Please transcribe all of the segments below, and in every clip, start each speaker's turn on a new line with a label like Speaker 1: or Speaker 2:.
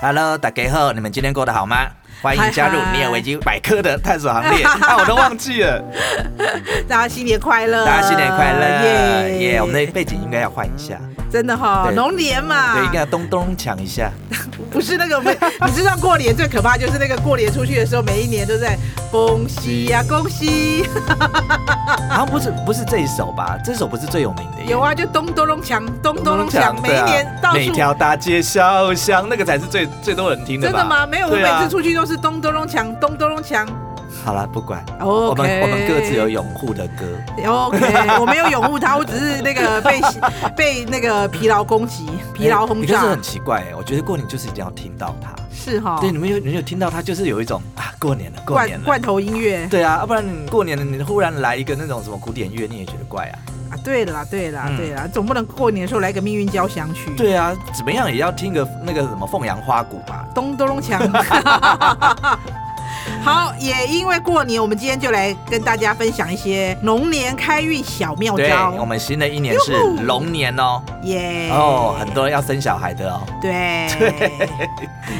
Speaker 1: Hello，大家好，你们今天过得好吗？欢迎加入
Speaker 2: 嗨嗨
Speaker 1: 尼尔维基百科的探索行 列。啊，我都忘记了，
Speaker 2: 大家新年快乐！
Speaker 1: 大家新年快乐！
Speaker 2: 呃耶！
Speaker 1: 耶，我们的背景应该要换一下，
Speaker 2: 真的哈、
Speaker 1: 对
Speaker 2: 龙年嘛，
Speaker 1: 对，应该要咚咚锵一 下。
Speaker 2: 不是 那个我们，你知道过年最可怕就是那个过年出去的时候，每一年都在恭喜
Speaker 1: 嗯
Speaker 2: 呀、恭喜，
Speaker 1: 好像不是不是这一首吧？这首不是最有名的耶。
Speaker 2: 有啊，就咚咚咚锵，咚咚咚锵，每
Speaker 1: 对
Speaker 2: 一
Speaker 1: 啊
Speaker 2: 年到
Speaker 1: 每
Speaker 2: 处。
Speaker 1: 条大街小巷，那个才是最最多人听的
Speaker 2: 真
Speaker 1: 吧？
Speaker 2: 的吗？没有，我
Speaker 1: 对
Speaker 2: 每
Speaker 1: 啊
Speaker 2: 次出去都是咚咚咚锵，咚咚咚锵。
Speaker 1: 好了，不管。
Speaker 2: OK
Speaker 1: 我们我们各自有拥护的歌，
Speaker 2: OK，我没有拥护他，我只是那个被 被那个疲劳攻击、疲劳轰
Speaker 1: 欸可是
Speaker 2: 炸
Speaker 1: 很，奇怪哎，我觉得过年就是一定要听到它。
Speaker 2: 是哈
Speaker 1: 对，，你们有你们有听到它，就是有一种啊，过年了，过年
Speaker 2: 罐
Speaker 1: 了。
Speaker 2: 罐头音乐
Speaker 1: 对啊，要不然你过年了，你忽然来一个那种什么古典乐，你也觉得怪啊。
Speaker 2: 啊，对啦，对啦，
Speaker 1: 嗯
Speaker 2: 对啦，总不能过年的时候来个命运交响曲，，
Speaker 1: 对啊，怎么样也要听个那个什么凤阳花鼓吧。
Speaker 2: 咚咚咚锵。 好，也因为过年，我们今天就来跟大家分享一些龙年开运小妙
Speaker 1: 对，我
Speaker 2: 招，
Speaker 1: 们新的一年是
Speaker 2: 哦哟哎吼
Speaker 1: 龙年哦，
Speaker 2: 耶！
Speaker 1: 哦，很多人要生小孩的哦。
Speaker 2: 对，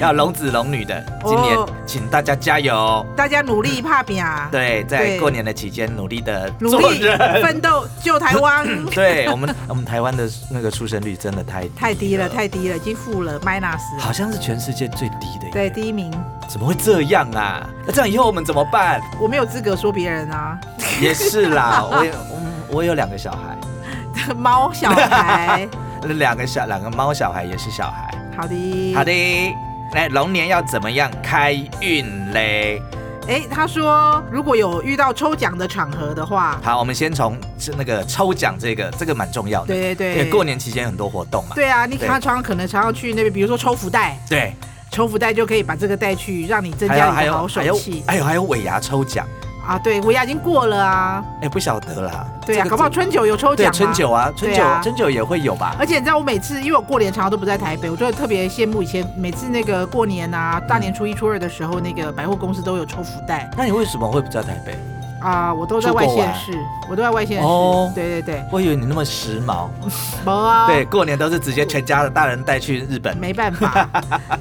Speaker 1: 要龙子龙女的，今年
Speaker 2: 嗯哦
Speaker 1: 请大家加油哦。
Speaker 2: 大家努力怕饼啊，
Speaker 1: 对，在
Speaker 2: 对
Speaker 1: 过年的期间努力的
Speaker 2: 努
Speaker 1: 做
Speaker 2: 力
Speaker 1: 人。
Speaker 2: 奋斗救台湾。
Speaker 1: 对我们，我们台湾的那个出生率真的太
Speaker 2: 太低了，
Speaker 1: 了，
Speaker 2: 太低了，已经负了 minus
Speaker 1: 好
Speaker 2: 了。
Speaker 1: 像是全世界最低的。
Speaker 2: 对，，第一名，
Speaker 1: 怎么会这样啊？那这样以后我们怎么办？
Speaker 2: 我没有资格说别人啊。
Speaker 1: 也是啦，我也嗯我有两个小孩，
Speaker 2: 猫 小孩，
Speaker 1: 两个小两个猫小孩也是小孩。
Speaker 2: 好的，
Speaker 1: 好。的，来龙年要怎么样开运嘞？
Speaker 2: 哎，他说如果有遇到抽奖的场合的话，
Speaker 1: 好，我们先从是那个抽奖这个，这个蛮重要的。
Speaker 2: 对
Speaker 1: 因为
Speaker 2: 对对，
Speaker 1: 过年期间很多活动嘛。
Speaker 2: 对啊，你
Speaker 1: 对
Speaker 2: 看常常可能常常去那边，比如说抽福袋，
Speaker 1: 对，
Speaker 2: 抽福袋就可以把这个带去，让你增
Speaker 1: 还有
Speaker 2: 加
Speaker 1: 还
Speaker 2: 你的
Speaker 1: 有
Speaker 2: 好
Speaker 1: 还
Speaker 2: 手
Speaker 1: 有哎
Speaker 2: 气
Speaker 1: 还有还有尾牙抽奖，
Speaker 2: 啊。对，我已经过了啊。
Speaker 1: 哎、不晓得啦。
Speaker 2: 对
Speaker 1: 这
Speaker 2: 啊，
Speaker 1: 个
Speaker 2: 搞不好春酒有抽奖
Speaker 1: 对
Speaker 2: 啊
Speaker 1: 春酒。啊，春
Speaker 2: 对
Speaker 1: 酒、
Speaker 2: 啊
Speaker 1: 春酒也会有吧？
Speaker 2: 而且你知道，我每次因为我过年常常都不在台北，我就特别羡慕以前每次那个过年啊，大年初一、初二的时候，那个百货公司都有抽福袋
Speaker 1: 那你为什么会不在台北？
Speaker 2: 啊，我都在外县市，我都在外县市。
Speaker 1: 哦
Speaker 2: 对对对，
Speaker 1: 我以为你那么时髦。
Speaker 2: 没啊，
Speaker 1: 对，，过年都是直接全家的大人带去日本
Speaker 2: 没 办法。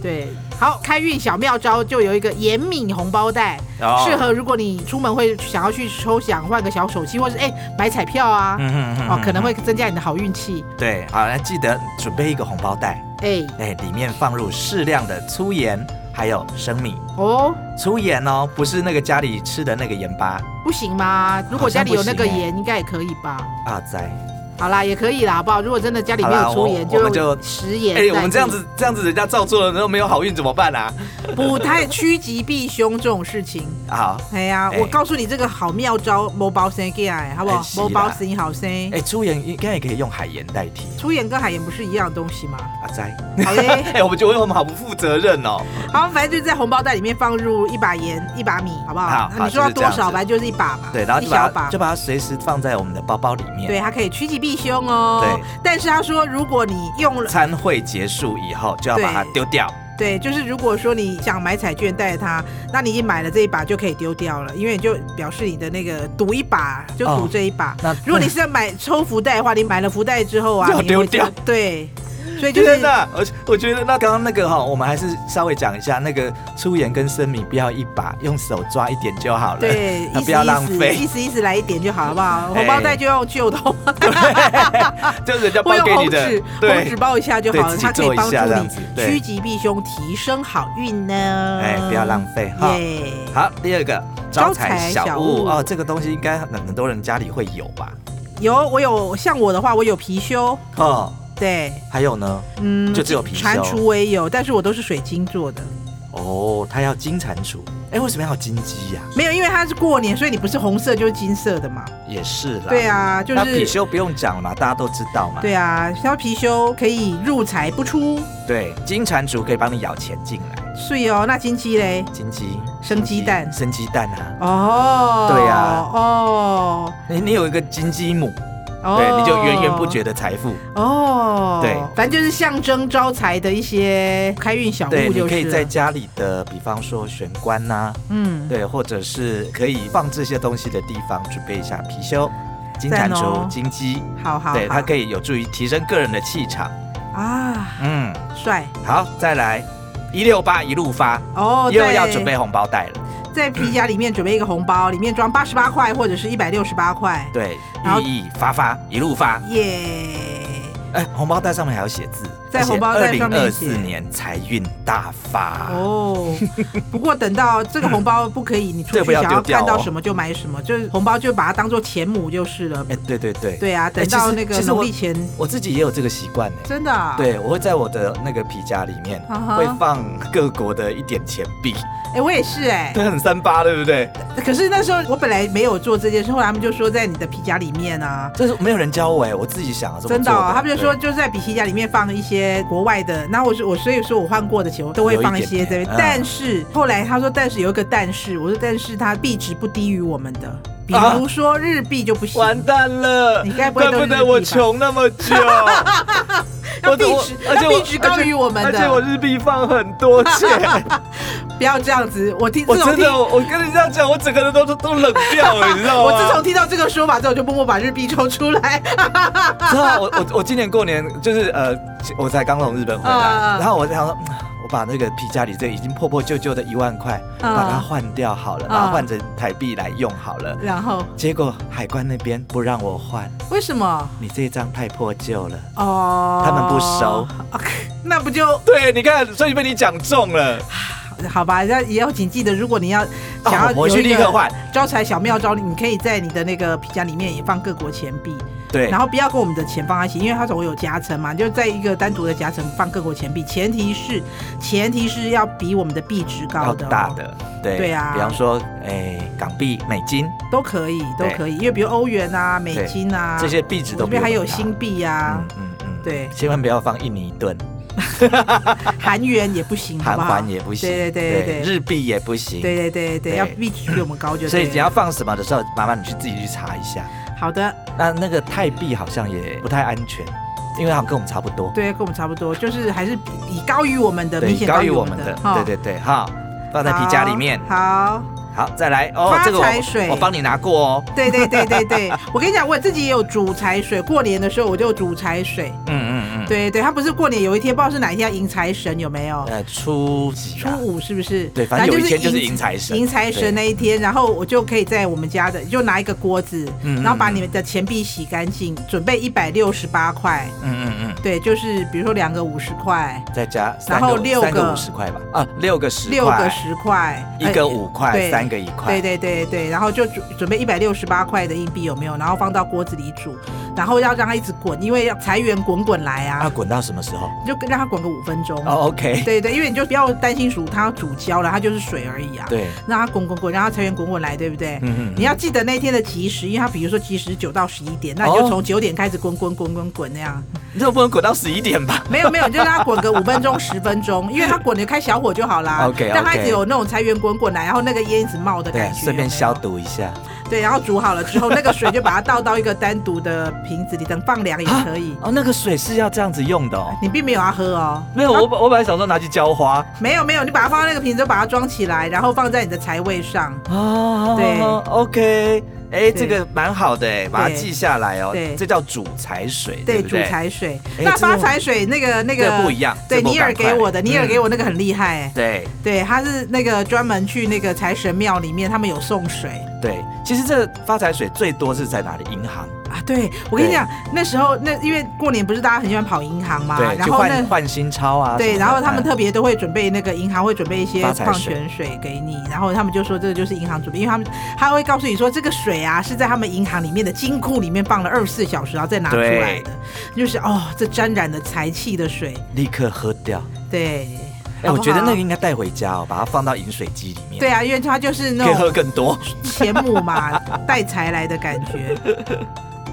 Speaker 2: 对，好，开运小妙招就有一个严敏红包袋，
Speaker 1: 哦
Speaker 2: 适合如果你出门会想要去抽奖、换个小手气，或是哎、买彩票啊，
Speaker 1: 嗯哼哼
Speaker 2: 哦可能
Speaker 1: 哼
Speaker 2: 会增加你的好运气。
Speaker 1: 对。好，那记得准备一个红包袋，
Speaker 2: 哎、
Speaker 1: 哎，里面放入适量的粗盐，还有生米。
Speaker 2: 哦，
Speaker 1: 粗盐哦，不是那个家里吃的那个盐巴
Speaker 2: 不行吗？如果家里有那个
Speaker 1: 嗯好像不行
Speaker 2: 盐，应该也可以吧。
Speaker 1: 啊，在。
Speaker 2: 好啦，也可以啦，好不好？如果真的家里没
Speaker 1: 好啦
Speaker 2: 有粗盐，
Speaker 1: 我我们
Speaker 2: 用
Speaker 1: 就
Speaker 2: 食盐。
Speaker 1: 哎、我们这样子这样子，人家照做了，然后没有好运怎么办啊？
Speaker 2: 不太趋吉避凶这种事情。
Speaker 1: 好，
Speaker 2: 哎呀，
Speaker 1: 哎
Speaker 2: 我告诉你这个好妙招，某包生给哎，好不好
Speaker 1: 哎？是啦
Speaker 2: 某包生好生。
Speaker 1: 哎、粗盐应该也可以用海盐代替
Speaker 2: 粗盐跟海盐不是一样的东西吗？
Speaker 1: 阿斋。
Speaker 2: 好嘞，
Speaker 1: 哎、我们觉得我们好不负责任哦。
Speaker 2: 好，反正就是在红包袋里面放入一把盐、一把米，好不好？
Speaker 1: 好
Speaker 2: 那
Speaker 1: 好
Speaker 2: 你说要
Speaker 1: 就是这
Speaker 2: 多
Speaker 1: 样
Speaker 2: 少，
Speaker 1: 子
Speaker 2: 反正就是一把嘛，
Speaker 1: 对，然后
Speaker 2: 一
Speaker 1: 就
Speaker 2: 小
Speaker 1: 把
Speaker 2: 把
Speaker 1: 它就。把它随时放在我们的包包里面。
Speaker 2: 对，，啊它可以趋吉避凶哦。
Speaker 1: 对，
Speaker 2: 但是他说，如果你用了，
Speaker 1: 餐会结束以后就要把它
Speaker 2: 对
Speaker 1: 丢掉。
Speaker 2: 对，就是如果说你想买彩券带着它，那你已经买了这一把就可以丢掉了，因为你就表示你的那个赌一把就赌
Speaker 1: 哦
Speaker 2: 这一把。
Speaker 1: 那
Speaker 2: 如果你是要买抽福袋的话，你买了福袋之后啊，
Speaker 1: 就要
Speaker 2: 你
Speaker 1: 丢
Speaker 2: 会
Speaker 1: 掉
Speaker 2: 觉得。对， 所以就是
Speaker 1: 天哪，我我觉得那刚刚那个哈、我们还是稍微讲一下那个粗盐跟生米，不要一把，用手抓一点就好了。
Speaker 2: 对，
Speaker 1: 那
Speaker 2: 意
Speaker 1: 不
Speaker 2: 思
Speaker 1: 要
Speaker 2: 意
Speaker 1: 浪
Speaker 2: 思
Speaker 1: 费哎
Speaker 2: 意思意思来一点就好，好 不好？红包袋就用旧的，
Speaker 1: 就是人家包
Speaker 2: 我用
Speaker 1: 给你
Speaker 2: 红
Speaker 1: 的
Speaker 2: 纸，，红纸包一下就好了，
Speaker 1: 对自己
Speaker 2: 它可以帮
Speaker 1: 做一下
Speaker 2: 助
Speaker 1: 这样
Speaker 2: 你
Speaker 1: 子对
Speaker 2: 趋吉避凶，提升好运呢。
Speaker 1: 哎，不要浪费哈。
Speaker 2: 耶！
Speaker 1: 好，第二个
Speaker 2: 招
Speaker 1: 招
Speaker 2: 财
Speaker 1: 财小物
Speaker 2: 小物
Speaker 1: 哦，这个东西应该很很多人家里会有吧？
Speaker 2: 有我有像我的话，我有貔貅，
Speaker 1: 哦，
Speaker 2: 对，
Speaker 1: 还有呢，
Speaker 2: 嗯，
Speaker 1: 就只有貔貅
Speaker 2: 蟾蜍我也有，但是我都是水晶做的，
Speaker 1: 哦，它要金蟾蜍。哎，为什么要金鸡呀、
Speaker 2: 没有，因为它是过年，所以你不是红色就是金色的嘛。
Speaker 1: 也是啦。
Speaker 2: 对啊，就
Speaker 1: 那貔
Speaker 2: 是
Speaker 1: 貅不用讲了嘛，大家都知道嘛。
Speaker 2: 对啊，小貔貅可以入财不出，
Speaker 1: 对，金蟾蜍可以帮你咬钱进来，
Speaker 2: 睡哦。那金鸡嘞？
Speaker 1: 金鸡
Speaker 2: 生鸡蛋
Speaker 1: 生鸡蛋啊。
Speaker 2: 哦，
Speaker 1: 对啊
Speaker 2: 哦，
Speaker 1: 你你有一个金鸡母，
Speaker 2: 哦，
Speaker 1: 对，你就源源不绝的财富。
Speaker 2: 哦，
Speaker 1: 对
Speaker 2: 反正就是象征招财的一些开运小物，
Speaker 1: 对，
Speaker 2: 就是啊
Speaker 1: 你
Speaker 2: 了
Speaker 1: 可以在家里的，比方说玄关呐、
Speaker 2: 嗯，
Speaker 1: 对，或者是可以放这些东西的地方，准备一下貔貅、金
Speaker 2: 赞
Speaker 1: 蟾
Speaker 2: 哦
Speaker 1: 蜍、金鸡，
Speaker 2: 好好，
Speaker 1: 对，它可
Speaker 2: 以
Speaker 1: 以有助于提升个人的气场。
Speaker 2: 啊，
Speaker 1: 嗯，
Speaker 2: 帅，
Speaker 1: 好，再来一六八一路发，
Speaker 2: 哦，
Speaker 1: 又
Speaker 2: 对
Speaker 1: 要准备红包袋了。
Speaker 2: 在皮夹里面准备一个红包，里面装八十八块或者是一百六十八块，
Speaker 1: 对，
Speaker 2: 然后
Speaker 1: 寓意发发一路发。
Speaker 2: 耶、
Speaker 1: 哎，红包袋上面还要写字，
Speaker 2: 在红包袋上
Speaker 1: 二
Speaker 2: 面写
Speaker 1: 四年财运大发。
Speaker 2: 哦，不过等到这个红包不可以，你出
Speaker 1: 这
Speaker 2: 去
Speaker 1: 不要
Speaker 2: 想要
Speaker 1: 丢掉
Speaker 2: 看到
Speaker 1: 哦
Speaker 2: 什么就买什么，就是红包就把它当做钱母就是了。
Speaker 1: 哎，对对对，
Speaker 2: 对啊，等
Speaker 1: 其
Speaker 2: 到
Speaker 1: 实
Speaker 2: 那个
Speaker 1: 其实
Speaker 2: 努
Speaker 1: 我
Speaker 2: 力钱，
Speaker 1: 我自己也有这个习惯呢。
Speaker 2: 真的、啊，
Speaker 1: 对，我会在我的那个皮夹里面
Speaker 2: 啊哈
Speaker 1: 会放各国的一点钱币，
Speaker 2: 哎、我也是哎、
Speaker 1: 这很三八，对不对？
Speaker 2: 可是那时候我本来没有做这件事，后来他们就说在你的皮夹里面啊，
Speaker 1: 这是没有人教我哎，我自己想要这么做
Speaker 2: 真的、哦，他们就说
Speaker 1: 对
Speaker 2: 就是在皮皮夹里面放一些国外的，那我是我所以说我换过的球都会放一些这
Speaker 1: 有一点嗯
Speaker 2: 边，
Speaker 1: 点
Speaker 2: 但是后来他说但是有一个但是，我说但是它币值不低于我们的，比如说日币就不行，
Speaker 1: 啊完蛋了，
Speaker 2: 你该不会
Speaker 1: 怪
Speaker 2: 都是
Speaker 1: 不得我
Speaker 2: 日币吧
Speaker 1: 穷那么久。
Speaker 2: 那
Speaker 1: 我
Speaker 2: 币
Speaker 1: 怎么
Speaker 2: 值
Speaker 1: 而且
Speaker 2: 那
Speaker 1: 我
Speaker 2: 币值高于 我们
Speaker 1: 而且我
Speaker 2: 的，
Speaker 1: 日币放很多 钱，
Speaker 2: 不要这样子，我听
Speaker 1: 我
Speaker 2: 自从
Speaker 1: 真
Speaker 2: 听
Speaker 1: 的，我跟你这样讲，我整个人都都都冷掉了，你知道吗？
Speaker 2: 我自从听到这个说法之后，我就默默把日币抽出来，
Speaker 1: 知道我我我今年过年就是呃，我才刚从日本回来，
Speaker 2: 嗯嗯嗯
Speaker 1: 然后我就想说， 嗯我把那个皮夹里这已经破破旧旧的一万块，
Speaker 2: 嗯
Speaker 1: 把它换掉好了，
Speaker 2: 嗯
Speaker 1: 把它换成台币来用好了。
Speaker 2: 然后
Speaker 1: 结果海关那边不让我换，
Speaker 2: 为什么？
Speaker 1: 你这张太破旧了。
Speaker 2: 哦，
Speaker 1: 他们不收，
Speaker 2: 那不就
Speaker 1: 对，你看，所以被你讲中了。
Speaker 2: 好吧，那也要谨记的。如果你要想要、
Speaker 1: 啊我去立刻换
Speaker 2: 招财小妙招，你可以在你的那个皮夹里面也放各国钱币，
Speaker 1: 对，
Speaker 2: 然后不要跟我们的钱放在一起，因为它总会有夹层嘛， 你就在一个单独的夹层放各国钱币，前提是前提是要比我们的币值高
Speaker 1: 要
Speaker 2: 的、
Speaker 1: 哦
Speaker 2: 哦
Speaker 1: 大，的，对
Speaker 2: 对啊
Speaker 1: 比方说，哎，港币、美金
Speaker 2: 都可以，都
Speaker 1: 对
Speaker 2: 可以，因为比如欧元啊、美金啊
Speaker 1: 这些币值
Speaker 2: 我
Speaker 1: 都比
Speaker 2: 这
Speaker 1: 我
Speaker 2: 边还
Speaker 1: 们
Speaker 2: 有
Speaker 1: 大
Speaker 2: 新币啊
Speaker 1: 嗯、嗯嗯，
Speaker 2: 对
Speaker 1: 千万不要放印尼盾，
Speaker 2: 韩元也不行，好
Speaker 1: 韩
Speaker 2: 不好
Speaker 1: 环也不行，
Speaker 2: 嗯对对对对对。
Speaker 1: 日币也不行，
Speaker 2: 对对对对，
Speaker 1: 对
Speaker 2: 要币值比我们高就
Speaker 1: 所以
Speaker 2: 对
Speaker 1: 你要
Speaker 2: 了
Speaker 1: 放什么的时候，麻烦你去自己去查一下。
Speaker 2: 好的，
Speaker 1: 那那个泰币好像也不太安全，因为好像跟我们差不多，
Speaker 2: 对，跟我们差不多，就是还是比以高于我们的，明
Speaker 1: 对，
Speaker 2: 显
Speaker 1: 高于
Speaker 2: 我
Speaker 1: 我
Speaker 2: 们
Speaker 1: 们的，
Speaker 2: 哈
Speaker 1: 对对对，哈，放在皮夹里面。
Speaker 2: 好，好
Speaker 1: 好，再来哦，
Speaker 2: 发
Speaker 1: 这个我
Speaker 2: 财水
Speaker 1: 我帮你拿过哦，
Speaker 2: 对对对对对，我跟你讲，我自己也有煮财水，过年的时候我就煮财水。
Speaker 1: 嗯嗯嗯，，
Speaker 2: 对对，他不是过年有一天，不知道是哪一天要迎财神，有没有？
Speaker 1: 呃，初几
Speaker 2: 初
Speaker 1: 啊？
Speaker 2: 五是不是？
Speaker 1: 对反正有一天就是迎财神
Speaker 2: 迎财神那一天，然后我就可以在我们家的就拿一个锅子，
Speaker 1: 嗯
Speaker 2: 然后把
Speaker 1: 嗯嗯
Speaker 2: 你们的钱币洗干净，准备一百六十八块，
Speaker 1: 嗯嗯嗯，
Speaker 2: 对，就是比如说两个五十块，
Speaker 1: 再加三
Speaker 2: 然
Speaker 1: 个
Speaker 2: 后六
Speaker 1: 三
Speaker 2: 个
Speaker 1: 个五十块吧，啊，六个十块，
Speaker 2: 六个十块，
Speaker 1: 一
Speaker 2: 呃
Speaker 1: 个五块，
Speaker 2: 对
Speaker 1: 三个一块，
Speaker 2: 对对对对，然后就准准备一百六十八块的硬币有没有？然后放到锅子里煮，然后要让它一直滚，因为要财源滚滚来啊，
Speaker 1: 啊，滚到什么时候？
Speaker 2: 你就让它滚个五分钟。
Speaker 1: 哦，OK，
Speaker 2: 对对，因为你就不要担心煮它煮焦了，它就是水而已啊。，
Speaker 1: 对，
Speaker 2: 让它滚滚滚，让它财源滚滚来，对不对？
Speaker 1: 嗯嗯，
Speaker 2: 你要记得那天的吉时，因为它比如说吉时九到十一点，那你就
Speaker 1: 哦
Speaker 2: 从九点开始滚滚滚滚滚那样。
Speaker 1: 你这不能滚到十一点吧？
Speaker 2: 没有没有，你就让它滚个五分钟、十分钟，因为它滚的开小火就好啦。
Speaker 1: OK，OK
Speaker 2: 让它一直有那种财源滚滚来，然后那个烟一直冒的
Speaker 1: 对
Speaker 2: 感，觉。
Speaker 1: 顺便
Speaker 2: 有没有
Speaker 1: 消毒一下。
Speaker 2: 对，然后煮好了之后，那个水就把它倒到一个单独的瓶子里，等放凉也可以。
Speaker 1: 哦，那个水是要这样子用的哦。
Speaker 2: 你并没有要喝哦，
Speaker 1: 没有，我本我本来想说拿去浇花
Speaker 2: 没有没有，你把它放在那个瓶子，就把它装起来，然后放在你的财位上。
Speaker 1: 哦
Speaker 2: 对
Speaker 1: ，OK，哎，这个蛮好的哎，把它记下来哦
Speaker 2: 对。
Speaker 1: 这叫主财水，
Speaker 2: 对，
Speaker 1: 不
Speaker 2: 煮
Speaker 1: 对？
Speaker 2: 财水。
Speaker 1: 哎
Speaker 2: 那
Speaker 1: 这个
Speaker 2: 发财水那个那
Speaker 1: 这
Speaker 2: 个
Speaker 1: 个不一样
Speaker 2: 对，
Speaker 1: 这个我
Speaker 2: 尼尔
Speaker 1: 赶快
Speaker 2: 给我的，尼尔
Speaker 1: 嗯
Speaker 2: 给我那个很厉害哎。
Speaker 1: 对
Speaker 2: 对，他是那个专门去那个财神庙里面，他们有送水
Speaker 1: 对，其实这发财水最多是在哪里？银行
Speaker 2: 啊。对，我跟你
Speaker 1: 对
Speaker 2: 讲，那时候那因为过年不是大家很喜欢跑银行嘛，
Speaker 1: 对，
Speaker 2: 然
Speaker 1: 去
Speaker 2: 后那
Speaker 1: 换换新钞啊什么的。
Speaker 2: 对，然后他
Speaker 1: 嗯
Speaker 2: 们特别都会准备那个银行会准备一些
Speaker 1: 发财
Speaker 2: 矿
Speaker 1: 水
Speaker 2: 泉水给你，然后他们就说这个就是银行准备，因为他们他会告诉你说这个水啊是在他们银行里面的金库里面放了二十四小时，然后再拿出来的，就是哦这沾染了财气的水，
Speaker 1: 立刻喝掉。
Speaker 2: 对，
Speaker 1: 哎，
Speaker 2: 好
Speaker 1: 我
Speaker 2: 不
Speaker 1: 觉得
Speaker 2: 好
Speaker 1: 那个应该带回家哦，把它放到饮水机里面，
Speaker 2: 对啊，因为它就是那
Speaker 1: 可以喝
Speaker 2: 种
Speaker 1: 更多。
Speaker 2: 钱母嘛带财来的感 觉，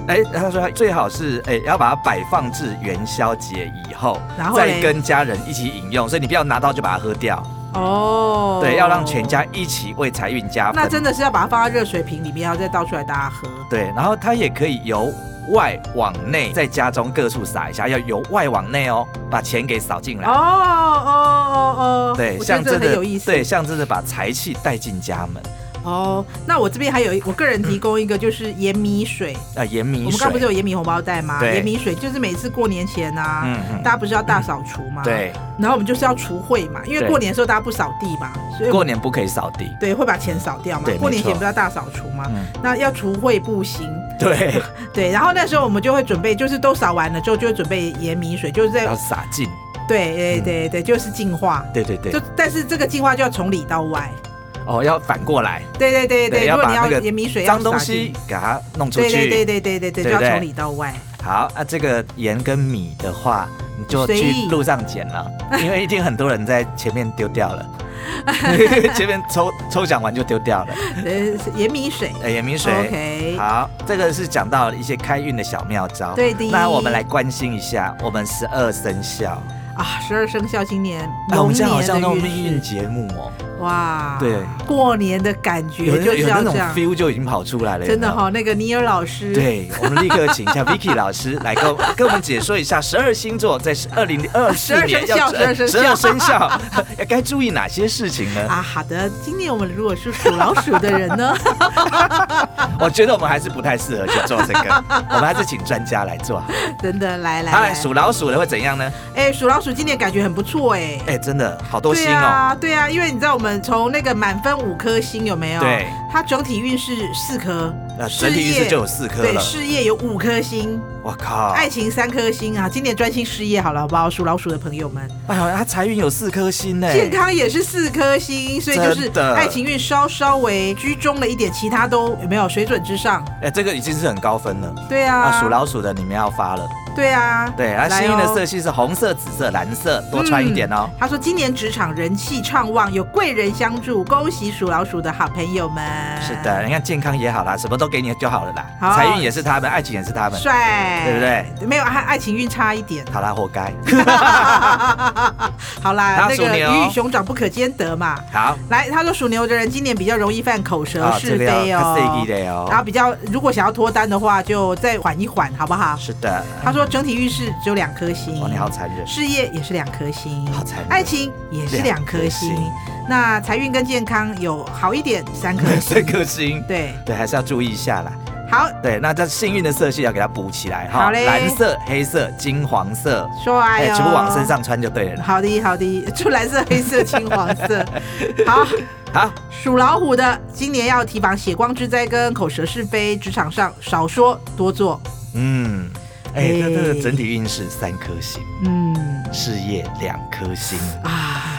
Speaker 1: 哎，他说最好是哎，要把它摆放至元宵节以后，
Speaker 2: 然后嘞
Speaker 1: 再跟家人一起饮用，所以你不要拿到就把它喝掉。
Speaker 2: 哦，
Speaker 1: 对，要让全家。一起为财运加分。
Speaker 2: 那真的是要把它放在热水瓶里面，然后再倒出来大家喝。
Speaker 1: 对，然后它也可以由外往内，在家中各处撒一下，要由外往内哦，把钱给扫进
Speaker 2: 哦
Speaker 1: 来。
Speaker 2: 哦哦哦，哦
Speaker 1: 对，
Speaker 2: 我觉
Speaker 1: 象
Speaker 2: 得这
Speaker 1: 征
Speaker 2: 很
Speaker 1: 着
Speaker 2: 有意思。
Speaker 1: 对，象征着把财气带进家门。
Speaker 2: 哦，那我这边还有一我个人提供一个就是盐米水，
Speaker 1: 啊，盐
Speaker 2: 我
Speaker 1: 米
Speaker 2: 们刚不是
Speaker 1: 水，
Speaker 2: 有盐米红包袋吗？
Speaker 1: 对
Speaker 2: 盐米水就是每次过年前啊，
Speaker 1: 嗯嗯
Speaker 2: 大家不是要大扫除吗？，
Speaker 1: 对，
Speaker 2: 然后我们就是要除秽嘛，因为
Speaker 1: 对
Speaker 2: 过年的时候大家不扫地嘛，所以我们
Speaker 1: 过年不可以扫地，
Speaker 2: 对会把钱扫掉嘛
Speaker 1: 对。
Speaker 2: 过年
Speaker 1: 没错
Speaker 2: 前不是要大扫除吗？
Speaker 1: 嗯，
Speaker 2: 那要除秽不行，
Speaker 1: 对，
Speaker 2: 对，然后那时候我们就会准备，就是都扫完了之后，就会准备盐米水，就是在
Speaker 1: 要洒净，
Speaker 2: 对对对
Speaker 1: 嗯
Speaker 2: 对，就是净化，
Speaker 1: 对对对
Speaker 2: 就，但是这个净化就要从里到外，
Speaker 1: 哦，要反过来，
Speaker 2: 对对对
Speaker 1: 对
Speaker 2: 对，
Speaker 1: 要
Speaker 2: 如果
Speaker 1: 把
Speaker 2: 你
Speaker 1: 那
Speaker 2: 要
Speaker 1: 个
Speaker 2: 盐米水要
Speaker 1: 脏东
Speaker 2: 洒进
Speaker 1: 西给它弄出
Speaker 2: 对对对
Speaker 1: 去。
Speaker 2: 对对对对，就
Speaker 1: 对
Speaker 2: 要
Speaker 1: 不对
Speaker 2: 从里到外。
Speaker 1: 好，那这个盐跟米的话，你就
Speaker 2: 随
Speaker 1: 去
Speaker 2: 意
Speaker 1: 路上捡了，因为一定很多人在前面丢掉 了，前面抽抽奖完就丢掉了。
Speaker 2: 呃，盐米水
Speaker 1: 呃，盐米水。
Speaker 2: ，OK，
Speaker 1: 好，这个是讲到一些开运的小妙招。
Speaker 2: 对的
Speaker 1: 那我们来关心一下我们十二生肖。
Speaker 2: 啊，十二生肖今年
Speaker 1: 哎，我
Speaker 2: 龙
Speaker 1: 们这
Speaker 2: 年
Speaker 1: 样好像那
Speaker 2: 的
Speaker 1: 种命运
Speaker 2: 运势，
Speaker 1: 节目哦，
Speaker 2: 哇，
Speaker 1: 对，
Speaker 2: 过年的感
Speaker 1: 有
Speaker 2: 觉就
Speaker 1: 那
Speaker 2: 是
Speaker 1: 有
Speaker 2: 要
Speaker 1: 那
Speaker 2: 这
Speaker 1: 种
Speaker 2: 样，
Speaker 1: feel 就已经跑出来了。有
Speaker 2: 真
Speaker 1: 没
Speaker 2: 的
Speaker 1: 有
Speaker 2: 哈，那个尼尔老师，
Speaker 1: 对，我们立刻请一下 Vicky 老师来跟我跟我们解说一下十二星座在二零二四年要
Speaker 2: 12生肖
Speaker 1: 12生肖 要该注意哪些事情呢？
Speaker 2: 啊，好的，今年我们如果是属老鼠的人 呢，
Speaker 1: 我觉得我们还是不太适合去做这个，我们还是请专家来做好。
Speaker 2: 真的来来
Speaker 1: 当
Speaker 2: 来
Speaker 1: 然，，哎属老鼠的会怎样呢？
Speaker 2: 哎，属老鼠今年感觉很不错哎。
Speaker 1: 哎，真的好多
Speaker 2: 对
Speaker 1: 星哦，
Speaker 2: 啊，对啊，因为你知道我们从那个满分五颗星有没有？
Speaker 1: 对，
Speaker 2: 它整体运势四颗，
Speaker 1: 那
Speaker 2: 事
Speaker 1: 整体运势
Speaker 2: 业
Speaker 1: 就有四颗
Speaker 2: 对哎
Speaker 1: 了。
Speaker 2: 事业有五颗星，
Speaker 1: 我靠，
Speaker 2: 爱情三颗星啊！今年专心事业好了，好不好？属老鼠的朋友们，
Speaker 1: 哎呦，他财运有四颗星呢，
Speaker 2: 健康也是四颗星，所以就是
Speaker 1: 真的
Speaker 2: 爱情运稍稍微居中了一点，其他都有没有水准之上？
Speaker 1: 哎，这个已经是很高分了。
Speaker 2: 对啊，
Speaker 1: 啊，属老鼠的你们要发了，
Speaker 2: 对啊，
Speaker 1: 对，啊，
Speaker 2: 来
Speaker 1: 幸运的
Speaker 2: 哦
Speaker 1: 色系是红色、紫色、蓝色，多穿一点哦。
Speaker 2: 他说今年职场人气畅旺，有贵人相助，恭喜属老鼠的好朋友们。
Speaker 1: 是的，，你看健康也好啦，什么都给你就好了啦。
Speaker 2: 啊好
Speaker 1: 财运也是他们，爱情也是他们，
Speaker 2: 帅，
Speaker 1: 对不？对？
Speaker 2: 没有，爱爱情运差一点。
Speaker 1: 好啦，活 该。
Speaker 2: 好啦，
Speaker 1: 他
Speaker 2: 那
Speaker 1: 属
Speaker 2: 个
Speaker 1: 牛哦
Speaker 2: 鱼与熊掌不可兼得嘛。
Speaker 1: 好，
Speaker 2: 来，他说属牛的人今年比较容易犯口舌是非
Speaker 1: 啊要
Speaker 2: 哦
Speaker 1: 看，这的
Speaker 2: 然后
Speaker 1: 哦。
Speaker 2: 比较如果想要脱单的话，就再缓一缓，好不好？
Speaker 1: 是的，
Speaker 2: 他说整体运势只有两颗星，
Speaker 1: 嗯哦哇，你好残忍。
Speaker 2: 事业也是两颗星，
Speaker 1: 好残忍
Speaker 2: 爱情也是两颗星
Speaker 1: 两颗星，
Speaker 2: 那财运跟健康有好一点，三颗
Speaker 1: 三
Speaker 2: 星，
Speaker 1: 颗星，
Speaker 2: 对，
Speaker 1: 对，还是要注意一下啦。
Speaker 2: 好。
Speaker 1: 对，那这幸运的色系要给它补起来
Speaker 2: 好
Speaker 1: 哈，
Speaker 2: 嘞
Speaker 1: 蓝色、黑色、金黄色，
Speaker 2: 说爱
Speaker 1: 哎，
Speaker 2: 哦，
Speaker 1: 全部往身。上穿就对了啦。
Speaker 2: 好的，好的，就蓝色、黑色、金黄色。好，
Speaker 1: 好，
Speaker 2: 属老虎的今年要提防血光之灾跟口舌是非，职场上少说多做。
Speaker 1: 嗯，哎，这
Speaker 2: 哎
Speaker 1: 这个整体运势三颗星，
Speaker 2: 嗯
Speaker 1: 事业两颗星，
Speaker 2: 啊，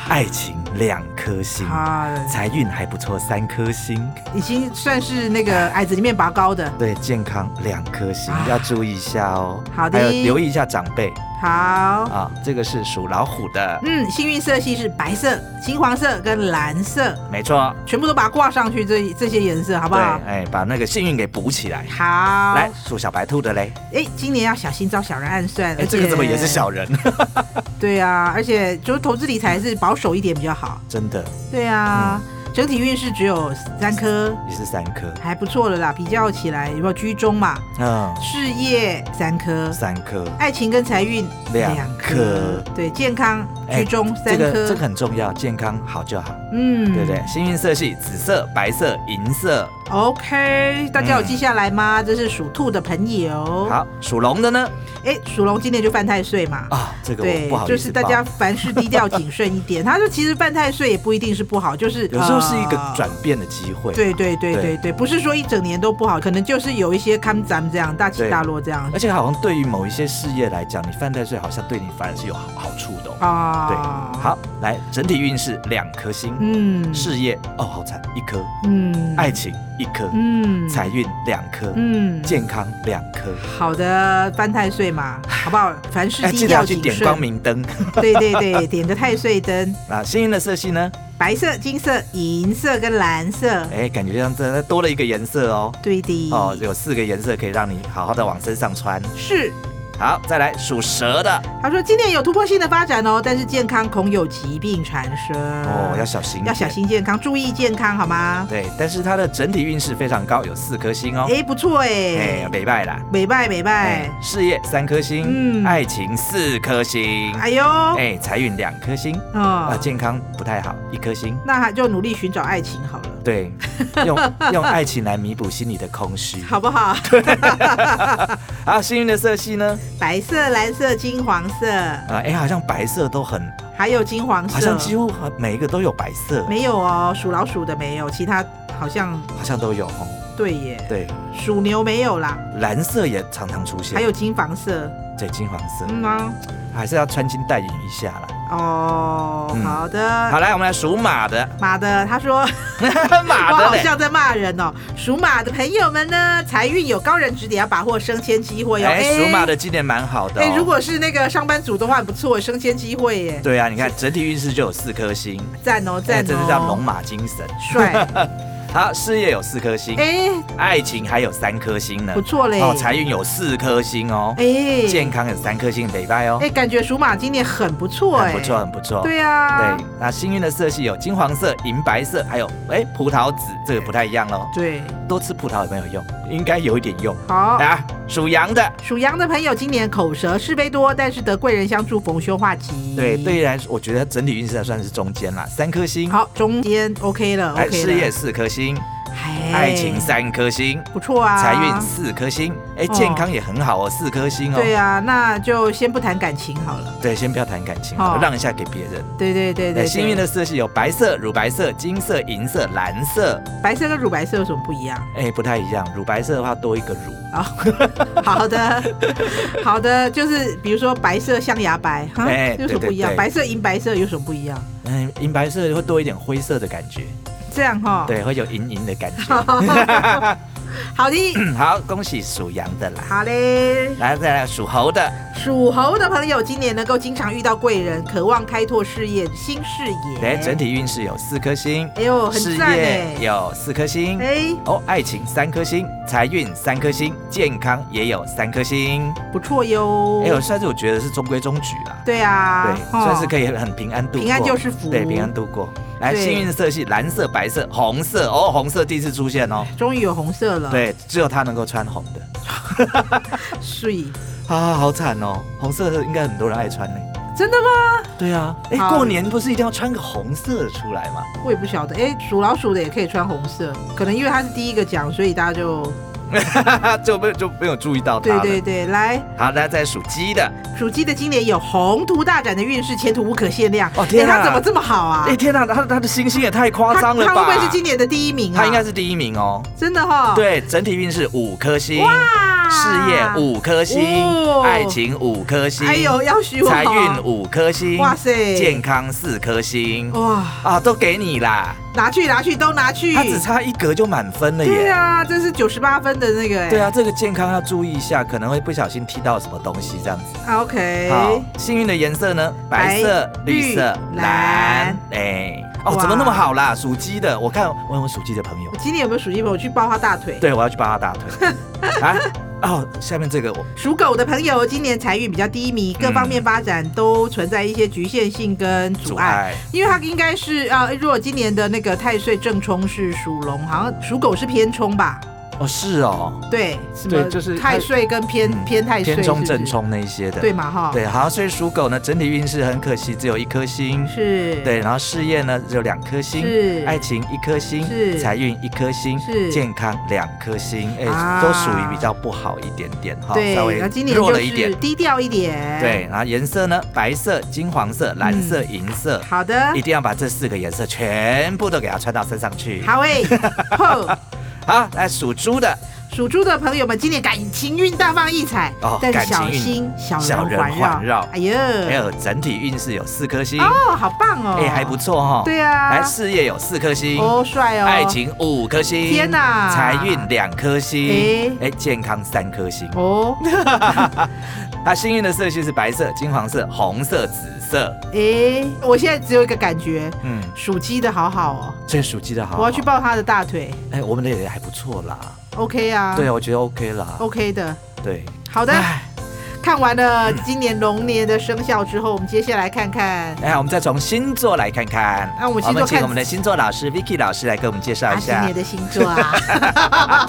Speaker 1: 爱情两颗星，
Speaker 2: 啊，
Speaker 1: 财运还不错，三颗星。
Speaker 2: 已经算是那个矮子里面拔高的。
Speaker 1: 对健康两颗星
Speaker 2: 啊，
Speaker 1: 要注意一下哦。
Speaker 2: 好的
Speaker 1: 还有留意一下长辈
Speaker 2: 好，
Speaker 1: 啊，这个是属老虎的，
Speaker 2: 嗯，幸运色系是白色、金黄色跟蓝色，
Speaker 1: 没错。
Speaker 2: 全部都把它挂上去，这这些颜色好不
Speaker 1: 对，
Speaker 2: 好？
Speaker 1: 哎，把那个幸运给补起来。
Speaker 2: 好，
Speaker 1: 来，属小白兔的嘞，
Speaker 2: 哎，今年要小心遭小人暗算，
Speaker 1: 哎，
Speaker 2: 而且
Speaker 1: 这个怎么也是？小人？
Speaker 2: 呃对啊，而且就是投资理财是保守一点比较好。
Speaker 1: 真的
Speaker 2: 对啊，
Speaker 1: 嗯
Speaker 2: 整体运势只有三颗，
Speaker 1: 也是三颗，
Speaker 2: 还不错了啦。比较起来，有没有居中嘛？
Speaker 1: 嗯，
Speaker 2: 事业三颗，
Speaker 1: 三颗。
Speaker 2: 爱情跟财运
Speaker 1: 两
Speaker 2: 颗
Speaker 1: 颗，哎
Speaker 2: 对，健康居中
Speaker 1: 这
Speaker 2: 三
Speaker 1: 个这
Speaker 2: 颗
Speaker 1: 个，很重要，健康好就好，
Speaker 2: 嗯，
Speaker 1: 对不对？幸运色系紫色、白色、银色。
Speaker 2: ？OK，大家有
Speaker 1: 嗯
Speaker 2: 记下来吗？这是属兔的朋友。，
Speaker 1: 好，属龙的呢？
Speaker 2: 哎，属龙今年就犯太岁嘛。
Speaker 1: 啊，这个我
Speaker 2: 对
Speaker 1: 不好，意思报。
Speaker 2: 就是大家凡事低调谨慎一点。他说，其实犯太岁也不一定是不好，就是
Speaker 1: 有时候是一个
Speaker 2: 呃
Speaker 1: 转变的机会。
Speaker 2: 对对对对
Speaker 1: 对
Speaker 2: 对，不是说一整年都不好，可能就是有一些看咱们这样大起
Speaker 1: 对
Speaker 2: 大落这样
Speaker 1: 而且好像对于某一些事业来讲，你犯太岁好像对你反而是有好好处的、哦。
Speaker 2: 啊。
Speaker 1: 对，，好，来整体运势两颗星，
Speaker 2: 嗯，，
Speaker 1: 事业哦好惨一颗，
Speaker 2: 嗯，
Speaker 1: 爱，情一颗，
Speaker 2: 嗯，
Speaker 1: 财，运两颗，
Speaker 2: 嗯，
Speaker 1: 健康两颗。哎
Speaker 2: 好的，犯太岁嘛，好不好？凡事
Speaker 1: 记
Speaker 2: 低
Speaker 1: 得要
Speaker 2: 调
Speaker 1: 去
Speaker 2: 谨
Speaker 1: 点光
Speaker 2: 慎。
Speaker 1: 明 灯
Speaker 2: 对对对，点个太岁灯，
Speaker 1: 啊！幸运的色系呢？
Speaker 2: 白色、金色、银色跟蓝色。
Speaker 1: 哎，感觉像这多了一个颜色哦。
Speaker 2: 对的，
Speaker 1: 哦，有四个颜色可以让你好好的往身上穿。
Speaker 2: 是
Speaker 1: 好，再来属蛇的
Speaker 2: 他说今年有突破性的发展哦，但是健康恐有疾病缠身
Speaker 1: 哦，要小心，
Speaker 2: 嗯要小。心健康，注意健康好吗？
Speaker 1: 对，但是它的整体运势非常高，有四颗星哦。
Speaker 2: 哎，不错
Speaker 1: 哎
Speaker 2: 哎，，
Speaker 1: 没败啦。
Speaker 2: 美拜美拜
Speaker 1: 哎，，事业三颗星，
Speaker 2: 嗯
Speaker 1: 爱情四颗星，
Speaker 2: 哎呦，
Speaker 1: 哎，财运两颗星，啊，
Speaker 2: 哦，
Speaker 1: 健康不太好，一颗星。
Speaker 2: 那还就努力寻找爱情好了，
Speaker 1: 对，用用爱情来弥补心里的空虚。
Speaker 2: 好不 好？
Speaker 1: 啊，幸运的色系呢？
Speaker 2: 白色、蓝色、金黄色，
Speaker 1: 啊，哎，好像白色都很，
Speaker 2: 还有金黄色，
Speaker 1: 好像几乎每一个都有白色，
Speaker 2: 没有哦，属老鼠的没有，其他好像
Speaker 1: 好像都有哦。
Speaker 2: 对耶，
Speaker 1: 对，
Speaker 2: 属牛没有啦，
Speaker 1: 蓝色也常常出现，
Speaker 2: 还有金黄色，
Speaker 1: 对金黄色，
Speaker 2: 嗯啊，
Speaker 1: 还是要穿金戴银一下啦。
Speaker 2: 哦，
Speaker 1: 嗯
Speaker 2: 好的，
Speaker 1: 好，来我们来属马的，
Speaker 2: 马的，他说
Speaker 1: 马
Speaker 2: 我
Speaker 1: 的
Speaker 2: 好
Speaker 1: 嘞，
Speaker 2: 像在骂人哦。属马的朋友们呢，财运有高人指点，要把握升迁机会哦。
Speaker 1: 哎，属马的今年蛮好的
Speaker 2: 哎、
Speaker 1: 哦。
Speaker 2: 如果是那个上班族的话，很不错，升迁机会耶，
Speaker 1: 对啊，你看整体运势就有四颗星，
Speaker 2: 赞哦，
Speaker 1: 哎
Speaker 2: 赞哦，
Speaker 1: 真是叫龙马精神。
Speaker 2: 帅，
Speaker 1: 好，事业有四颗星，
Speaker 2: 哎、
Speaker 1: 爱情还有三颗星呢
Speaker 2: 不，错嘞，
Speaker 1: 哦，财运有四颗星哦，
Speaker 2: 哎、
Speaker 1: 健康有三颗星，礼拜哦
Speaker 2: 哎、，感觉属马今年很不错哎，
Speaker 1: 很不错，，很不错。
Speaker 2: 对啊，
Speaker 1: 对，那幸运的色系有金黄色、银白色，还有哎葡萄紫，这个不太一样喽。
Speaker 2: 对
Speaker 1: 多吃葡萄有没有用？应该有一点用
Speaker 2: 好。
Speaker 1: 啊。属羊的，
Speaker 2: 属羊的朋友今年口舌是非多，但是得贵人相助，逢凶化吉。
Speaker 1: 对，对于来说，我觉得整体运势还算是中间啦，三颗星。
Speaker 2: 好，中间 OK 了
Speaker 1: 哎，
Speaker 2: ，OK 了。
Speaker 1: 事业四颗星，
Speaker 2: 哎，
Speaker 1: 爱情三颗星，
Speaker 2: 不错啊，
Speaker 1: 财运四颗星，哎，
Speaker 2: 哦
Speaker 1: 健康也很好哦，四颗星哦。
Speaker 2: 对啊，那就先不谈感情好了。
Speaker 1: 对，先不要谈感情，
Speaker 2: 哦
Speaker 1: 让一下给别人。
Speaker 2: 对对对对
Speaker 1: 对，
Speaker 2: 对，
Speaker 1: 哎幸运的色系有白色、乳白色、金色、银色、蓝色。
Speaker 2: 白色跟乳白色有什么不一样？
Speaker 1: 哎，不太一样，乳白色的话多一个乳，
Speaker 2: 好的，好的，就是比如说白色象牙白，哈，
Speaker 1: 哎
Speaker 2: 有什么不一样？
Speaker 1: 对对对
Speaker 2: 白色银白色有什么不一样？
Speaker 1: 嗯，银白色会多一点灰色的感觉，
Speaker 2: 这样哈，，
Speaker 1: 对，会有银银的感觉。嗯
Speaker 2: 好的，
Speaker 1: 好，恭喜属羊的啦，
Speaker 2: 好嘞。
Speaker 1: 来再来属猴的，
Speaker 2: 属猴的朋友今年能够经常遇到贵人，渴望开拓事业新视野。
Speaker 1: 哎，整，体运势有四颗星，
Speaker 2: 哎呦，很
Speaker 1: 事
Speaker 2: 赞
Speaker 1: 业
Speaker 2: 哎，
Speaker 1: 有四颗星，
Speaker 2: 哎，
Speaker 1: 哦，爱情三颗星，财运三颗星，健康也有三颗星，
Speaker 2: 不错哟
Speaker 1: 哎。
Speaker 2: 哦
Speaker 1: 呦，算是我觉得是中规中矩啦。
Speaker 2: 对啊，
Speaker 1: 对，
Speaker 2: 哦
Speaker 1: 算是可以很平安度过。
Speaker 2: 平安就是福
Speaker 1: 对，平安度过。来，
Speaker 2: 对
Speaker 1: 幸运的色系蓝色、白色、红色。哦，红色第一次出现哦。
Speaker 2: 终于有红色了，，
Speaker 1: 对，只有他能够穿红的
Speaker 2: 睡，
Speaker 1: 啊，好惨哦！红色的应该很多人爱穿呢。
Speaker 2: 真的吗？
Speaker 1: 对啊，哎，
Speaker 2: 好
Speaker 1: 过年不是一定要穿个红色的出来吗？
Speaker 2: 我也不晓得，哎、属老鼠的也可以穿红色，可能因为他是第一个讲，所以大家就
Speaker 1: 就没有就没有注意到他
Speaker 2: 对
Speaker 1: 了。
Speaker 2: 对对，来，
Speaker 1: 好，那再属鸡的。
Speaker 2: 属鸡的今年有宏图大展的运势，前途无可限量。
Speaker 1: 哦天啊
Speaker 2: 哎他怎么这么好啊？
Speaker 1: 哎，天哪，他他的星星也太夸张了
Speaker 2: 他他
Speaker 1: 吧！
Speaker 2: 会不会是今年的第一名啊？
Speaker 1: 他应该是第一名哦。
Speaker 2: 真的哈、，
Speaker 1: 对，整体运势五颗星，
Speaker 2: 哇，
Speaker 1: 事业，五颗星，
Speaker 2: 哦
Speaker 1: 爱情五颗星，
Speaker 2: 哎呦，要许我
Speaker 1: 财运五颗星，
Speaker 2: 哇塞
Speaker 1: 健康四颗星，
Speaker 2: 哇，
Speaker 1: 啊，都给你啦，
Speaker 2: 拿去拿去都拿去，
Speaker 1: 它只差一格就满分了耶。
Speaker 2: 嗯对啊，这是九十八分的那个、哎，
Speaker 1: 对啊，这个健康要注意一下，可能会不小心踢到什么东西这样子。
Speaker 2: 啊，OK，
Speaker 1: 好，幸运的颜色呢？白色、
Speaker 2: 白
Speaker 1: 绿色、
Speaker 2: 绿
Speaker 1: 蓝
Speaker 2: 蓝。
Speaker 1: 哎，哦，
Speaker 2: 哇
Speaker 1: 怎么那么好啦？属鸡的，我看我有没有属鸡的朋友
Speaker 2: 我？今年有没有属鸡朋友去抱他大腿？
Speaker 1: 对，我要去抱他大 腿。啊，哦，下面这个我
Speaker 2: 属狗的朋友今年财运比较低迷，各方面发展都存在一些局限性跟阻
Speaker 1: 阻
Speaker 2: 碍。
Speaker 1: 碍。
Speaker 2: 因为它应该是啊、如果今年的那个太岁正冲是属龙，好像属狗是偏冲吧？
Speaker 1: 哦，是哦，
Speaker 2: 对，什么
Speaker 1: 对就是
Speaker 2: 太岁跟偏、
Speaker 1: 嗯
Speaker 2: 偏太岁
Speaker 1: 偏
Speaker 2: 哎是
Speaker 1: 冲
Speaker 2: 不是
Speaker 1: 正，冲那一些的。
Speaker 2: 对嘛哈？，
Speaker 1: 对，好，所以属狗呢，整体运势很可惜，只有一颗星。
Speaker 2: 是，
Speaker 1: 对，然后事业呢只有两颗星，
Speaker 2: 是
Speaker 1: 爱情一颗星，
Speaker 2: 是
Speaker 1: 财运一颗星，
Speaker 2: 是
Speaker 1: 健康两颗星，哎、
Speaker 2: 啊
Speaker 1: 都属于比较不好一点点哈，稍
Speaker 2: 对，
Speaker 1: 微
Speaker 2: 那今年
Speaker 1: 弱
Speaker 2: 就
Speaker 1: 了一
Speaker 2: 是哎
Speaker 1: 点。
Speaker 2: 低调一点。，
Speaker 1: 对，然后颜色呢，白色、金黄色、蓝色、
Speaker 2: 嗯
Speaker 1: 银色，
Speaker 2: 好的
Speaker 1: 一，定要把这四个颜色全部都给它穿到身上去。
Speaker 2: 好 诶、后
Speaker 1: 好，来属猪的
Speaker 2: 属猪的朋友们今年感情运大放异彩，
Speaker 1: 哦
Speaker 2: 但
Speaker 1: 感
Speaker 2: 是
Speaker 1: 情
Speaker 2: 小
Speaker 1: 运
Speaker 2: 心小
Speaker 1: 小人
Speaker 2: 人环绕。
Speaker 1: 环绕
Speaker 2: 哎呀，
Speaker 1: 还有整体运势有四颗星，哎、
Speaker 2: 哦，好棒哦！
Speaker 1: 还不。错哈、
Speaker 2: 对啊，
Speaker 1: 来事业有四颗星，
Speaker 2: 哦，帅哦！
Speaker 1: 爱情五颗星，
Speaker 2: 天哪
Speaker 1: 财运两颗星，哎
Speaker 2: 诶、
Speaker 1: 健康三颗星。
Speaker 2: 哦，
Speaker 1: 那幸运的色系是白色、金黄色、红色、紫色。
Speaker 2: 诶，哎我现在只有一个感觉，
Speaker 1: 嗯，
Speaker 2: 属鸡的好好哦，
Speaker 1: 所以属鸡的好
Speaker 2: 我要去
Speaker 1: 报。
Speaker 2: 抱他的大腿
Speaker 1: 哎、我们的也还不错啦。
Speaker 2: ，OK 啊，
Speaker 1: 哦
Speaker 2: 哦
Speaker 1: 对啊，我觉得 OK 啦。
Speaker 2: ，OK 的，
Speaker 1: 对，
Speaker 2: 好的，
Speaker 1: 哎，
Speaker 2: 看完了今年龙年的生肖之后，我们接下来看看
Speaker 1: 哎，我们再从星座来看看。
Speaker 2: 那啊我们星座
Speaker 1: 请
Speaker 2: 看
Speaker 1: 我们的星座老师 Vicky 老师来给我们介绍
Speaker 2: 啊
Speaker 1: 一
Speaker 2: 今
Speaker 1: 下
Speaker 2: 年。的星座 啊。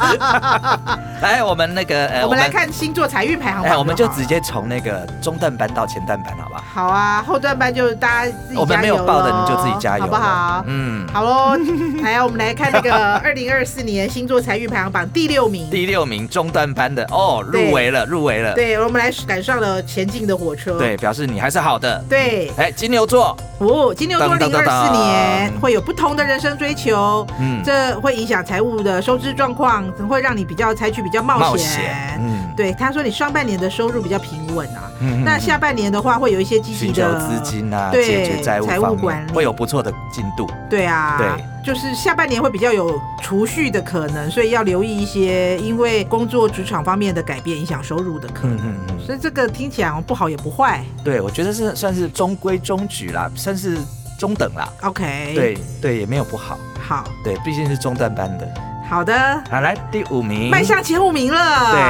Speaker 1: 来，我们那个呃，
Speaker 2: 我们来看星座财运排行榜
Speaker 1: 哎，
Speaker 2: 好了，
Speaker 1: 我们就直接从那个中段班到前段班，好不好？
Speaker 2: 好啊，后段班就大家自己加油
Speaker 1: 我们没有报的，你就自己加油，
Speaker 2: 好不好？
Speaker 1: 嗯，
Speaker 2: 好喽， 来，啊我们来看那 个二零二四年星座财运排行榜第六名。
Speaker 1: 第六名中段班的哦，
Speaker 2: 对
Speaker 1: 入围了，入围了，
Speaker 2: 对，我们来赶上了前进的火车。
Speaker 1: 对，表示你还是好的。
Speaker 2: 对，
Speaker 1: 哎，金牛座，
Speaker 2: 哦，金牛座二
Speaker 1: 当当
Speaker 2: 零
Speaker 1: 当
Speaker 2: 二四
Speaker 1: 当
Speaker 2: 年会有不同的人生追求，
Speaker 1: 嗯，
Speaker 2: 这会影响财务的收支状况，会让你比较采取比较冒险。
Speaker 1: 嗯，
Speaker 2: 对，他说你上半年的收入比较平稳啊，
Speaker 1: 嗯
Speaker 2: 那下半年的话会有一些积极
Speaker 1: 寻求
Speaker 2: 的
Speaker 1: 资金啊，
Speaker 2: 对
Speaker 1: 解决债务
Speaker 2: 财务
Speaker 1: 方
Speaker 2: 管
Speaker 1: 面
Speaker 2: 理
Speaker 1: 会有不错的进度。
Speaker 2: 对啊，
Speaker 1: 对，
Speaker 2: 就是下半年会比较有储蓄的可能，所以要留意一些因为工作职场方面的改变影响收入的可能。
Speaker 1: 嗯嗯嗯，
Speaker 2: 所以这个听起来好像不好也不坏
Speaker 1: 对，我觉得是算是中规中矩啦，算是中等啦。
Speaker 2: ，OK，，
Speaker 1: 对对，也没有不好。
Speaker 2: 好
Speaker 1: 对，毕竟是中段班的。
Speaker 2: 好的，
Speaker 1: 好，来第五名，
Speaker 2: 迈向前五名了，
Speaker 1: 对，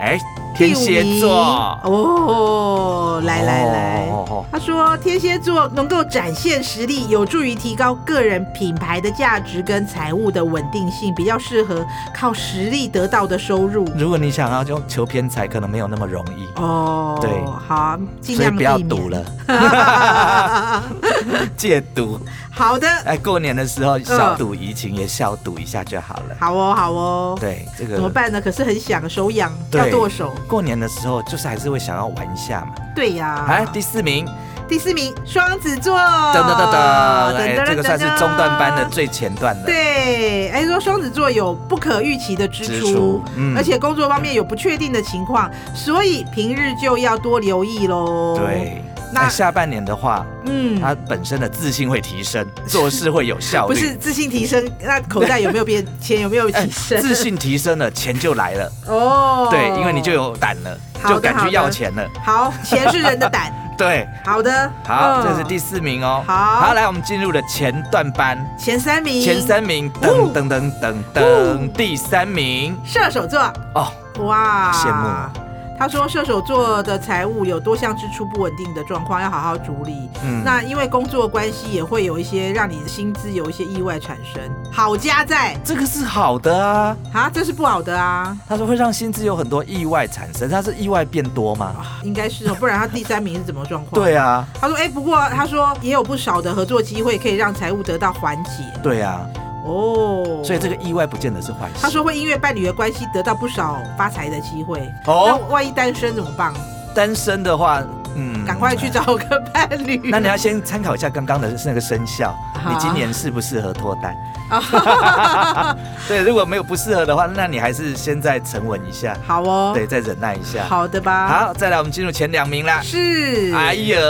Speaker 1: 哎，
Speaker 2: 第
Speaker 1: 天
Speaker 2: 五名，
Speaker 1: 蝎座，
Speaker 2: 哦，来来来。
Speaker 1: 哦哦
Speaker 2: 他说：“天蝎座能够展现实力，有助于提高个人品牌的价值跟财务的稳定性，比较适合靠实力得到的收入。
Speaker 1: 如果你想要用求偏财，可能没有那么容易，
Speaker 2: 哦，
Speaker 1: 对
Speaker 2: 好啊，尽
Speaker 1: 所以
Speaker 2: 量
Speaker 1: 不要
Speaker 2: 避免
Speaker 1: 赌。了， 戒赌。
Speaker 2: 好的，
Speaker 1: 哎，过年的时候
Speaker 2: 嗯
Speaker 1: 小赌怡情也小赌一下就好了。
Speaker 2: 好哦，好哦。
Speaker 1: 对，这个
Speaker 2: 怎么办呢？可是很想手痒，
Speaker 1: 对
Speaker 2: 要剁手。
Speaker 1: 过年的时候就是还是会想要玩一下嘛。
Speaker 2: 对呀、
Speaker 1: 哎，第四名，
Speaker 2: 第四名，双子座。
Speaker 1: 噔
Speaker 2: 哦噔
Speaker 1: 噔噔噔，哎，这个算是中段班的。最前段的。
Speaker 2: 对，哎，说双子座有不可预期的支出，
Speaker 1: 支出嗯
Speaker 2: 而且工作方面有不确定的情况，所以平日就要多留意喽。，
Speaker 1: 对，
Speaker 2: 那
Speaker 1: 那下半年的话，
Speaker 2: 嗯，
Speaker 1: 他本身的自信会提升，做事会有效
Speaker 2: 不
Speaker 1: 率。
Speaker 2: 是自信提升，那口袋有没有变？钱有没有
Speaker 1: 哎
Speaker 2: 提升？
Speaker 1: 自信提升了，钱就来了。
Speaker 2: 哦，
Speaker 1: 对，因为你就有胆了，
Speaker 2: 好的
Speaker 1: 就敢
Speaker 2: 好的
Speaker 1: 去要钱了。
Speaker 2: 好，钱是人的胆。
Speaker 1: 对，
Speaker 2: 好的，
Speaker 1: 好，
Speaker 2: 嗯
Speaker 1: 这是第四名哦。
Speaker 2: 好
Speaker 1: 来，我们进入了前段班，
Speaker 2: 前三名，
Speaker 1: 前三名，噔
Speaker 2: 哦
Speaker 1: 噔噔噔噔，第三名
Speaker 2: 射手座，
Speaker 1: 哦，
Speaker 2: 哇，
Speaker 1: 羡慕。啊
Speaker 2: 他说射手座的财务有多项支出不稳定的状况，要好好处理。
Speaker 1: 嗯
Speaker 2: 那因为工作关系也会有一些让你的薪资有一些意外产生。好家在
Speaker 1: 这个是好的啊。
Speaker 2: 啊，这是不好的啊，
Speaker 1: 他说会让薪资有很多意外产生，他是意外变多吗？
Speaker 2: 应该是哦，不然他第三名是怎么状况？。
Speaker 1: 对啊，
Speaker 2: 他说：“哎、不过他说也有不少的合作机会可以让财务得到缓解
Speaker 1: 对啊，
Speaker 2: 哦。
Speaker 1: 所以这个意外不见得是坏事。
Speaker 2: 他说会因为伴侣的关系得到不少发财的机会。那
Speaker 1: 哦，
Speaker 2: 万一单身怎么办？
Speaker 1: 单身的话，嗯，
Speaker 2: 赶快去。找个伴侣。
Speaker 1: 那你要先参考一下刚刚的那个生肖，
Speaker 2: 好
Speaker 1: 你今年适不适合脱单？ 对，如果没有不适合的话，那你还是先再沉稳一下，
Speaker 2: 好哦，
Speaker 1: 对，再忍耐一下。
Speaker 2: 好的吧？
Speaker 1: 好，再来，我们进入前两名啦。
Speaker 2: 是，
Speaker 1: 哎呀，
Speaker 2: 耶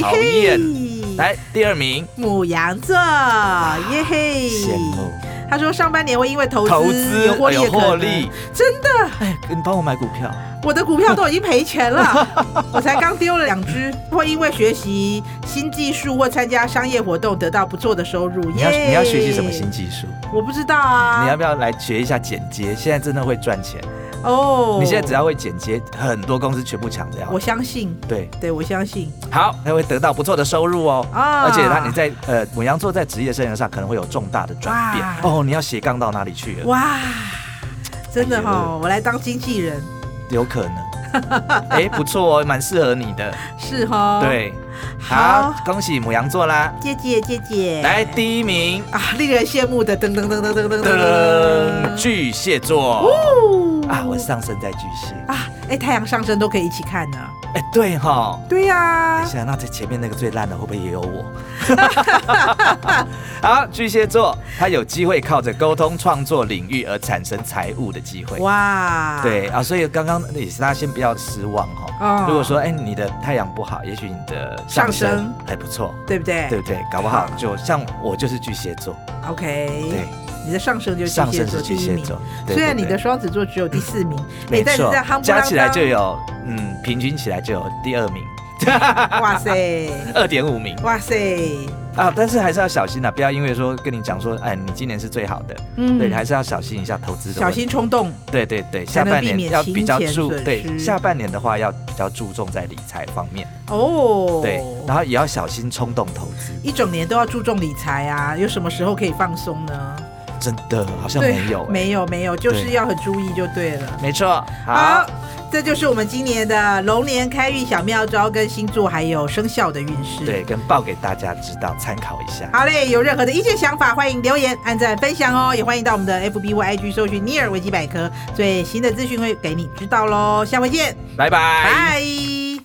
Speaker 1: 讨
Speaker 2: 嘿，
Speaker 1: 厌！来，第二名，
Speaker 2: 母羊座，耶嘿，
Speaker 1: 哎羡慕。
Speaker 2: 他说上半年会因为投资哎
Speaker 1: 投资
Speaker 2: 有获利
Speaker 1: 有
Speaker 2: 的可能
Speaker 1: 获利，哎
Speaker 2: 真的，
Speaker 1: 你帮我买股票，
Speaker 2: 我的股票都已经赔钱了， 我才刚丢了两只。会因为学习新技术或参加商业活动得到不错的收入。
Speaker 1: 你要
Speaker 2: 耶
Speaker 1: 你要学习什么新？技术？
Speaker 2: 我不知道啊。
Speaker 1: 你要不要来学一下剪接？现在真的会赚钱。
Speaker 2: 哦，
Speaker 1: 你现在只要会剪接，很多公司全部抢着要
Speaker 2: 我。相信，
Speaker 1: 对，
Speaker 2: 对我相信
Speaker 1: 好，他会得到不错的收入哦。
Speaker 2: 啊
Speaker 1: 而且他你在呃母羊座在职业生涯上可能会有重大的转变
Speaker 2: 哇
Speaker 1: 哦，你要斜杠到哪里去了？
Speaker 2: 哇，真的
Speaker 1: 哎呦
Speaker 2: 哈、哦，我来当经纪人
Speaker 1: 有可能， 哎，不错哦，蛮适合你的。
Speaker 2: 是哈、哦，，
Speaker 1: 对，
Speaker 2: 好
Speaker 1: 好，恭喜母羊座啦！
Speaker 2: 姐姐姐姐，
Speaker 1: 来第一名，
Speaker 2: 啊，令人羡慕的噔噔噔噔噔噔噔
Speaker 1: 噔，
Speaker 2: 噔
Speaker 1: 巨蟹座
Speaker 2: 哦
Speaker 1: 啊，我上升在巨蟹，
Speaker 2: 啊，哎，太阳上升都可以一起看呢。
Speaker 1: 哎，对哈。
Speaker 2: 对呀
Speaker 1: 等一，下，那在前面那个最烂的会不会也有我？ 好，巨蟹座，他有机会靠着沟通创作领域而产生财务的机会。
Speaker 2: 哇，
Speaker 1: 对啊，所以刚刚也是大家先不要失望哈、
Speaker 2: 哦
Speaker 1: 如果说哎、你的太阳不好，也许你的上
Speaker 2: 上
Speaker 1: 升
Speaker 2: 升
Speaker 1: 还不错，
Speaker 2: 对不对？
Speaker 1: 对不对？搞不好
Speaker 2: 好
Speaker 1: 就像我就是巨蟹座，
Speaker 2: OK，
Speaker 1: 对，
Speaker 2: 你的上升就是
Speaker 1: 上
Speaker 2: 巨蟹
Speaker 1: 升
Speaker 2: 座
Speaker 1: 是
Speaker 2: 第
Speaker 1: 巨
Speaker 2: 一
Speaker 1: 蟹
Speaker 2: 名。
Speaker 1: 座。对
Speaker 2: 虽然
Speaker 1: 对
Speaker 2: 你的
Speaker 1: 对
Speaker 2: 双子座只有第四名，哎
Speaker 1: 没
Speaker 2: 但是
Speaker 1: 错
Speaker 2: 在夯，不啷
Speaker 1: 加起来
Speaker 2: 当
Speaker 1: 就有嗯，平均起来就有第二名，
Speaker 2: 哇塞，
Speaker 1: 二点五名。
Speaker 2: 哇塞，
Speaker 1: 啊，但是还是要小心啊，不要因为说跟你讲说，哎，你今年是最好的，
Speaker 2: 嗯
Speaker 1: 对，你还是要小心一下投资的
Speaker 2: 小
Speaker 1: 问题。
Speaker 2: 心冲动，
Speaker 1: 对对对，
Speaker 2: 才
Speaker 1: 下
Speaker 2: 能
Speaker 1: 半
Speaker 2: 避
Speaker 1: 年
Speaker 2: 免
Speaker 1: 要比较
Speaker 2: 金钱
Speaker 1: 注
Speaker 2: 损失
Speaker 1: 对，下半年的话要比较注重在理财方面，
Speaker 2: 哦，
Speaker 1: 对，然后也要小心冲动投资，
Speaker 2: 一整年都要注重理财啊，有什么时候可以放松呢？
Speaker 1: 真的好像没 有、欸，
Speaker 2: 没有没有，就是
Speaker 1: 对
Speaker 2: 要很注意就对了。
Speaker 1: 没错，好，，
Speaker 2: 这就是我们今年的龙年开运小妙招跟星座还有生肖的运势。
Speaker 1: 对，，跟报给大家知道参考一下。
Speaker 2: 好嘞，有任何的意见想法，欢迎留言、按赞、分享哦，也欢迎到我们的 FB 或 IG 搜寻“尼尔维基百科”，最新的资讯会给你知道喽。下回见，
Speaker 1: 拜拜。
Speaker 2: 拜。